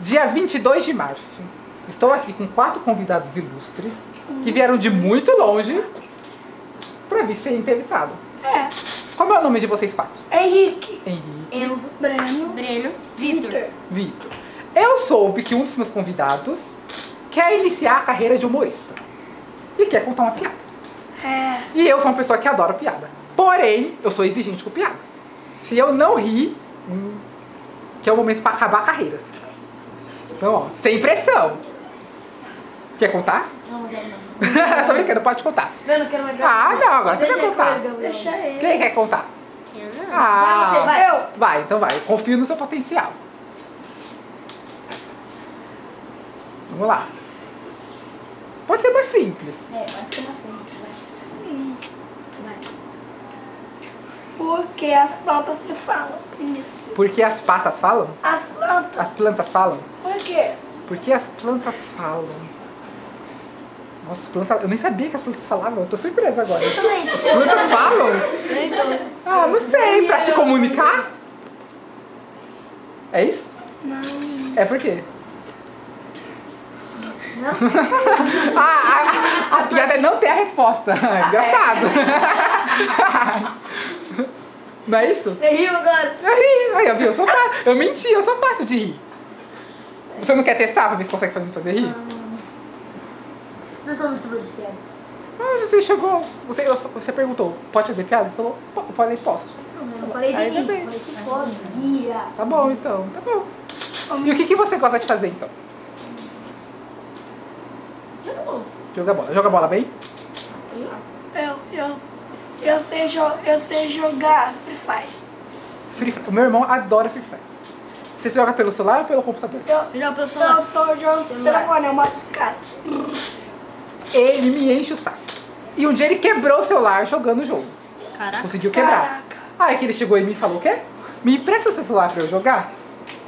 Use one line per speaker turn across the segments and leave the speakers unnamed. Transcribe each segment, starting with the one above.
Dia 22 de março. Estou aqui com quatro convidados ilustres que vieram de muito longe para vir ser entrevistado.
É.
Como é o nome de vocês quatro?
Henrique.
Henrique,
Enzo. Breno.
Breno,
Vitor.
Vitor. Eu soube que um dos meus convidados quer iniciar a carreira de humorista e quer contar uma piada.
É.
E eu sou uma pessoa que adora piada. Porém, eu sou exigente com piada. Se eu não rir, hum, que é o momento pra acabar carreiras. Então, ó, sem pressão. Você quer contar?
Não, não, não.
Tô brincando, pode contar.
Não, não quero mais
Ah, não, agora você quer contar.
Deixa ele.
Quem quer contar?
Eu não.
Ah,
Vai, você vai.
Eu.
Vai, então vai. Eu confio no seu potencial. Vamos lá. Pode ser mais simples.
É, pode ser assim. Vai. Vai.
Porque as plantas se falam. Isso.
Porque as patas falam?
As plantas.
As plantas falam?
Por quê?
Porque as plantas falam. Nossa, as plantas. Eu nem sabia que as plantas falavam. Eu tô surpresa agora. As plantas falam? Ah, não sei. Pra se comunicar? É isso?
Não.
É por quê? Não. a, a, a piada é não ter a resposta. Engraçado. não é isso?
Você riu agora?
Eu ri. Aí, eu, vi, eu, sou fa- eu menti, eu sou fácil de rir. Você não quer testar pra ver se consegue fazer, me fazer rir?
Não sou muito boa de piada.
Ah, você chegou. Você, você perguntou, pode fazer piada? Ele falou, "Po- eu falei, posso.
Só falei
Ainda
delícia.
bem.
Falei se pode. Vira.
Tá bom então, tá bom. E o que, que você gosta de fazer então?
Eu não.
Joga bola. Joga bola bem?
Eu, eu, eu, sei, jo eu sei jogar Free Fire.
Free Fire. O meu irmão adora Free Fire. Você joga pelo celular ou pelo computador?
Eu,
Virou a pessoa.
eu só jogo pelo telefone, é eu mato os caras.
Ele me enche o saco. E um dia ele quebrou o celular jogando o jogo.
Caraca.
Conseguiu quebrar.
Caraca.
Aí que ele chegou em mim e falou o quê? Me empresta seu celular pra eu jogar?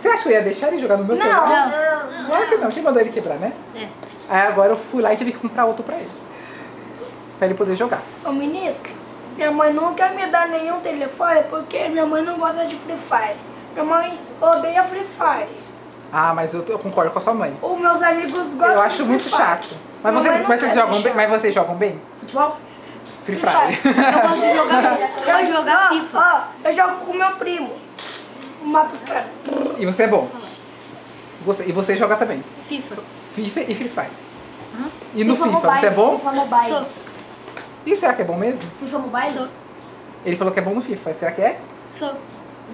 Você acha que eu ia deixar ele jogar no meu celular?
Ah.
Não.
Claro que não, quem mandou ele quebrar, né?
É.
Aí agora eu fui lá e tive que comprar outro pra ele. Pra ele poder jogar.
Ô, ministro, minha mãe nunca me dá nenhum telefone porque minha mãe não gosta de Free Fire. Minha mãe odeia Free Fire.
Ah, mas eu, eu concordo com a sua mãe.
Os meus amigos gostam
Eu
de
acho
Free
muito
Fire.
chato. Mas
Minha mãe
vocês,
não
mas vocês
quer
jogam bem?
deixar.
Mas vocês jogam bem?
Futebol?
Free
Free
Fire.
Eu gosto de jogar, eu gosto de jogar
Ó,
FIFA.
ó, Ah, eu jogo com meu primo. Mato os caras.
E você é bom? Você- e você joga também?
FIFA.
FIFA e Free Fire. E no FIFA, você é bom?
FIFA Mobile.
Sou,
E será que é bom mesmo?
FIFA Mobile?
Sou.
Ele falou que é bom no FIFA. Será que é?
sou,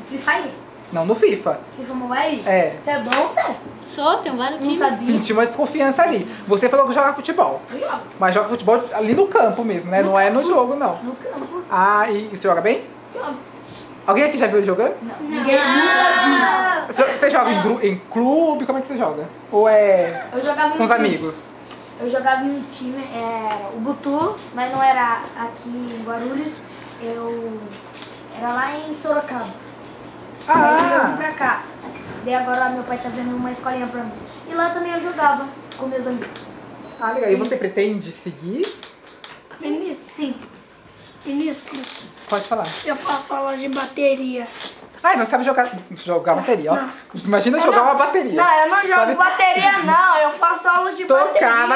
Free Fire?
Não, no FIFA.
FIFA Mobile?
É.
Você é bom, Zé?
sou, tenho vários
Não
times.
sabia.
Senti uma desconfiança ali. Você falou que joga futebol.
Eu jogo.
Mas joga futebol ali no campo mesmo, né? Não é no jogo, não.
No campo.
Ah, e, e você joga bem?
Jogo.
Alguém aqui já viu ele jogando?
Ninguém nunca
Você, você joga em, gru- em clube? Como é que você joga? Ou é
viu. Eu jogava
com os
no time.
amigos?
Eu jogava em um time, é, o Butu, mas não era aqui em Guarulhos, eu era lá em Sorocaba. Daí eu vim
Ah,
pra cá. Daí agora meu pai tá vendo uma escolinha pra mim. E lá também eu jogava com meus amigos.
ah, legal. E você pretende seguir?
Ministro,
Sim.
ministro,
Pode falar.
eu faço aula de bateria.
Ah, não sabe jogar, jogar bateria, ó.
Não.
Imagina
Eu
jogar
não-
uma bateria.
Não, eu não jogo
Sabe
bateria, não. Eu faço aula de
Tocar
bateria.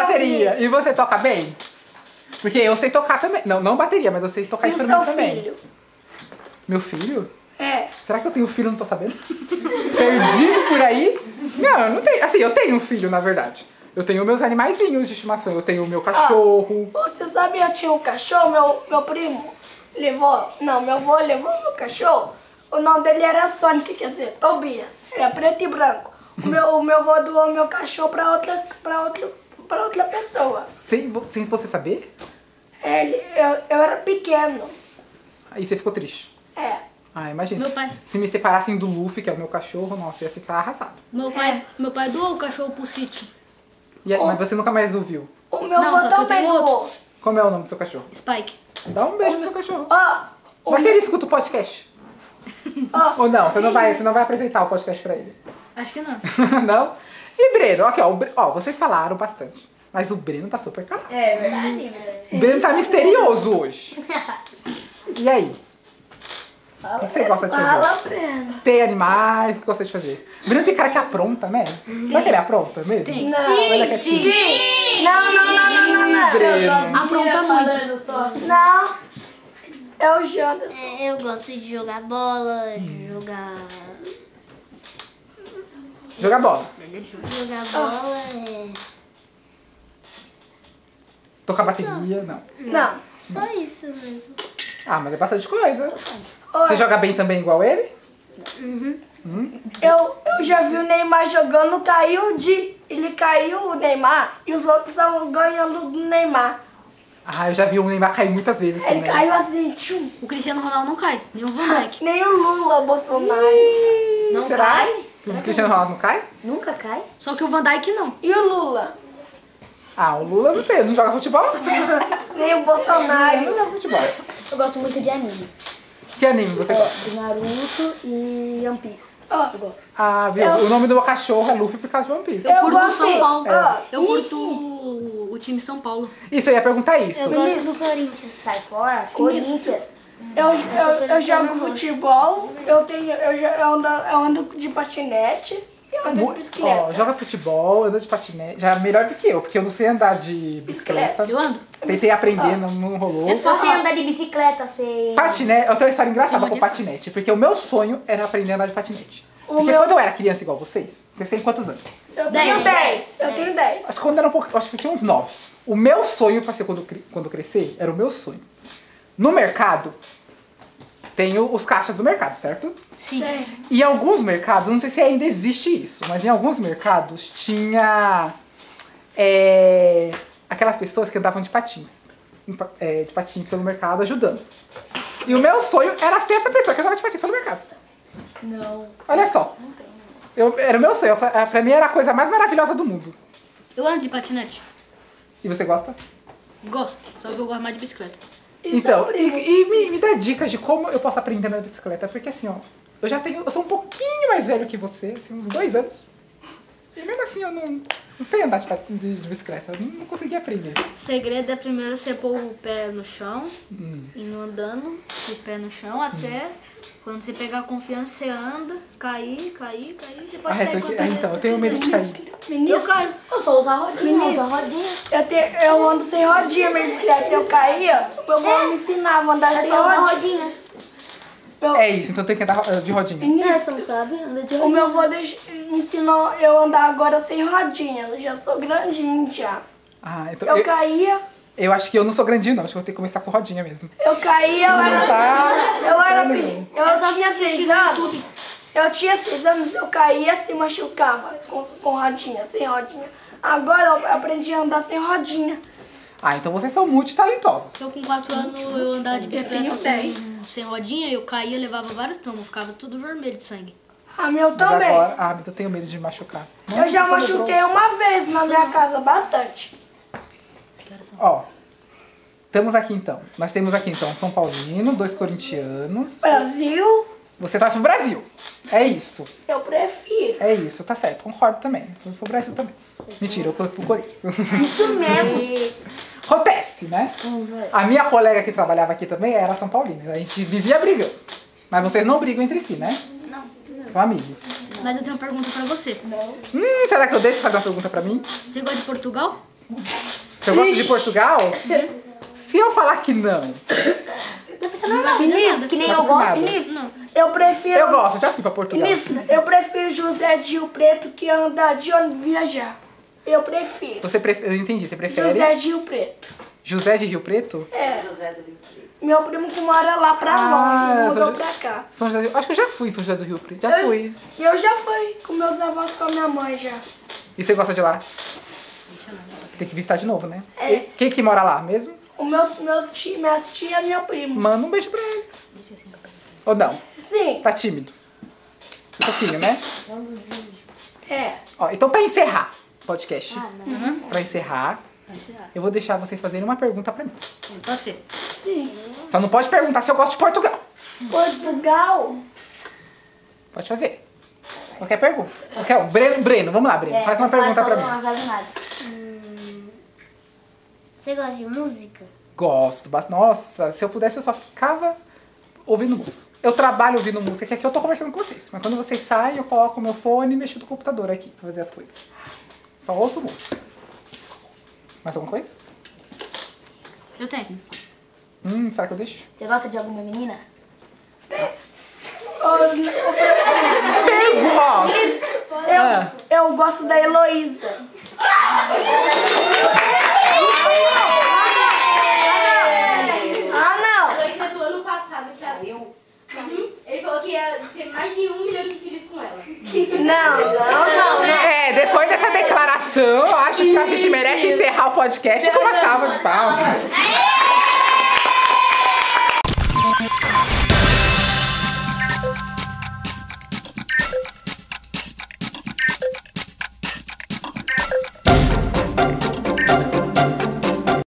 bateria. E você toca bem? Porque eu sei tocar também. Não, não bateria, mas eu sei tocar
E o
instrumento
seu
também.
filho?
Meu filho?
É.
Será que eu tenho um filho e não tô sabendo? Perdido por aí? Não, eu não tenho. Assim, eu tenho um filho, na verdade. Eu tenho meus animaizinhos de estimação. Eu tenho o meu cachorro.
Você sabe, eu tinha um cachorro, meu, meu primo levou. Não, meu avô levou meu cachorro. O nome dele era Sonic, quer dizer, Tobias. Era preto e branco. O meu, o meu avô doou meu cachorro pra outra, pra outra, pra outra pessoa.
Sem, vo- sem você saber?
Ele, eu, eu era pequeno.
Aí você ficou triste.
É.
Ah, imagina.
Meu pai.
Se me separassem do Luffy, que é o meu cachorro, nossa, eu ia ficar arrasado.
Meu pai,
É.
meu pai doou o cachorro pro sítio.
E aí- mas você nunca mais ouviu.
O meu avô
Não, só que eu
também
tenho
doou.
Como é o nome do seu cachorro?
Spike.
Dá um beijo no seu cachorro.
Ó, o
Vai que ele escuta o podcast.
ó,
Ou não, você não vai, você não vai apresentar o podcast pra ele.
Acho que não.
não? E Breno, aqui, ó, o Bre- ó, vocês falaram bastante. Mas o Breno tá super calado.
É verdade,
né?
velho.
O Breno tá misterioso hoje. E aí? O que você gosta de fazer?
Fala, Breno.
Tem animais, o que gosta de fazer? O Breno tem cara que apronta, né? Será que ele apronta mesmo?
Tem.
Não.
Olha que assim.
Não, não, não, não, não, não.
Breno.
Apronta muito.
Não. É o Janderson.
Eu gosto de jogar bola, jogar.
Jogar bola.
Jogar bola é.
Tocar bateria, não.
é.
Não.
Só isso mesmo.
Ah, mas é bastante coisa. Você
Olha,
joga bem também igual ele?
eu, eu já vi o Neymar jogando, caiu de. Ele caiu o Neymar e os outros estavam ganhando do Neymar.
Ah, eu já vi o Neymar cair muitas vezes
Ele
também.
caiu assim, tchum.
O Cristiano Ronaldo não cai, nem o Van Dijk.
Nem o Lula Bolsonaro.
Não
Será?
cai?
O Cristiano Ronaldo não cai?
Nunca cai?
Só que o Van Dijk não.
E o Lula?
Ah, o Lula, não sei, não joga futebol?
Nem
É,
o
Ele não
Bolsonaro.
joga futebol.
Eu gosto muito de anime.
Que anime você gosta?
De Naruto e One Piece.
Ó,
Ah, viu? O nome do meu cachorro é Luffy por causa de One Piece.
Eu
Eu
curto o
gosto.
São Paulo.
Ah,
Eu curto o- o time São Paulo.
Isso, eu ia perguntar isso.
Eu gosto do Corinthians. Sai fora, Corinthians.
eu, eu, eu jogo futebol, eu, tenho, eu, já- eu ando, eu ando de patinete e eu ando de
Ó,
bicicleta.
joga futebol, anda de patinete. Já é melhor do que eu, porque eu não sei andar de bicicleta.
Eu ando.
Tentei aprender, não, não rolou.
É
Você
fácil.
anda de bicicleta, você.
Patinete, eu tenho uma história engraçada com patinete, porque o meu sonho era aprender a andar de patinete. Porque
meu-
quando eu era criança igual vocês, vocês têm quantos anos?
Eu tenho
Dez.
10. Eu tenho 10.
Acho que quando era um pouco, acho que eu tinha uns nove. O meu sonho pra ser quando, cre- quando crescer, era o meu sonho. No mercado, tem o- os caixas do mercado, certo?
Sim.
Em alguns mercados, não sei se ainda existe isso, mas em alguns mercados tinha é, aquelas pessoas que andavam de patins. em pa- é, de patins pelo mercado ajudando. E o meu sonho era ser essa pessoa que andava de patins pelo mercado.
Não.
Olha só. Eu, era o meu sonho. eu fa- é, Pra mim era a coisa mais maravilhosa do mundo.
Eu ando de patinete.
E você gosta?
Gosto. Só que eu gosto mais de bicicleta.
é um
Então, e, e me, me dá dicas de como eu posso aprender na bicicleta, porque assim, ó, eu já tenho, eu sou um pouquinho mais velho que você, assim, uns dois anos. E mesmo assim eu não, não sei andar de, pat- de- de bicicleta, eu não, não consegui aprender.
O segredo é primeiro você pôr o pé no chão,
Hum.
indo andando, de pé no chão, até quando você pegar confiança, você anda, cair, cair, cair, você pode
Ah, eu tô aqui- ah, então, eu tenho medo de cair.
Menino,
caio.
Eu só uso a rodinha, eu uso a rodinha.
eu, tenho, eu ando sem rodinha, minha bicicleta. Eu caía, meu avô me ensinava a andar
Eu
sem
É só uso a
rodinha.
rodinha.
Meu,
É isso, então eu tenho que andar ro- de rodinha.
É, você não sabe? Anda de
O
rodinha.
meu avô deix- me ensinou eu andar agora sem rodinha. Eu já sou grandinho já.
Ah, então
Eu
eu,
caía,
eu acho que eu não sou grandinho não, acho que eu vou ter que começar com rodinha mesmo.
eu caía, eu era.
Tá?
Eu era. pe- Eu,
É só você
tinha
assistir
seis
no
anos.
YouTube.
Eu tinha seis anos, eu caía se machucava com, com rodinha, sem rodinha. Agora eu aprendi a andar sem rodinha.
Ah, então vocês são multitalentosos.
Se eu com 4 anos eu andava de bicicleta
tenho
com-
dez.
sem rodinha, eu caía, levava vários tomos, ficava tudo vermelho de sangue.
A meu
Mas
também.
agora, ah, mas eu tenho medo de machucar.
eu já
Nossa, sobrou.
machuquei uma vez na minha casa, bastante. um.
Ó, estamos aqui então. Nós temos aqui então São Paulino, dois corintianos.
Brasil,
Você torce pro Brasil. É isso.
eu prefiro.
É isso, tá certo. Concordo também. Torço pro Brasil também. Mentira, eu torço pro Corinthians.
Isso
É,
mesmo.
Acontece, né?
Uhum.
A minha colega que trabalhava aqui também era São Paulina. A gente vivia brigando. Mas vocês não brigam entre si, né? Não. São amigos.
Mas eu tenho uma pergunta pra você.
Hum, será que eu deixo fazer uma pergunta pra mim?
Você gosta de Portugal?
Se eu gosto de Portugal? Se eu falar que não,
Não, não, não.
Que nem
Não
eu
tem
gosto.
nada.
Não.
Eu prefiro.
eu gosto, já fui pra Portugal.
Nisso, eu prefiro José de Rio Preto que andar de ônibus viajar. Eu prefiro.
Você prefere. Eu entendi, você prefere.
José de Rio Preto.
José de Rio Preto?
É. Meu primo que mora lá pra
Ah,
longe,
São
mudou
Jo-
pra cá.
São José do... Acho que eu já fui em São José do Rio Preto. Já
Eu-
fui.
Eu já fui com meus avós, com a minha mãe já.
E você gosta de lá? Tem que visitar de novo, né?
É.
E Quem que mora lá mesmo?
Os meus, meus tios, minhas tias e meu primo.
Manda um beijo pra eles. Ou não?
Sim,
Tá tímido? Um pouquinho, né?
é.
Ó, então pra encerrar o podcast. Uhum. Pra encerrar, eu vou deixar vocês fazerem uma pergunta pra mim.
Pode ser.
Sim.
Só não pode perguntar se eu gosto de Portugal.
Portugal.
Pode fazer.
É,
Qualquer pergunta. Qualquer um. Breno, Breno, vamos lá, Breno. Faz uma pergunta pra mim.
Hum.
Não faz nada.
Você gosta de música?
Gosto. bas- Nossa, se eu pudesse, eu só ficava ouvindo música. Eu trabalho ouvindo música, que aqui eu tô conversando com vocês. Mas quando vocês saem, eu coloco o meu fone e mexo do computador aqui pra fazer as coisas. Só ouço música. Mais alguma coisa?
Eu tenho.
Hum, será que eu deixo?
Você gosta de alguma menina?
Pegou! ó. Ah.
Eu gosto da Heloísa. Ah,
Heloísa do ano passado, você viu? Ele falou que ia ter mais de um milhão de filhos com ela.
não! Não, não, não.
É, depois dessa declaração, eu acho que a gente merece encerrar o podcast com uma salva de palmas.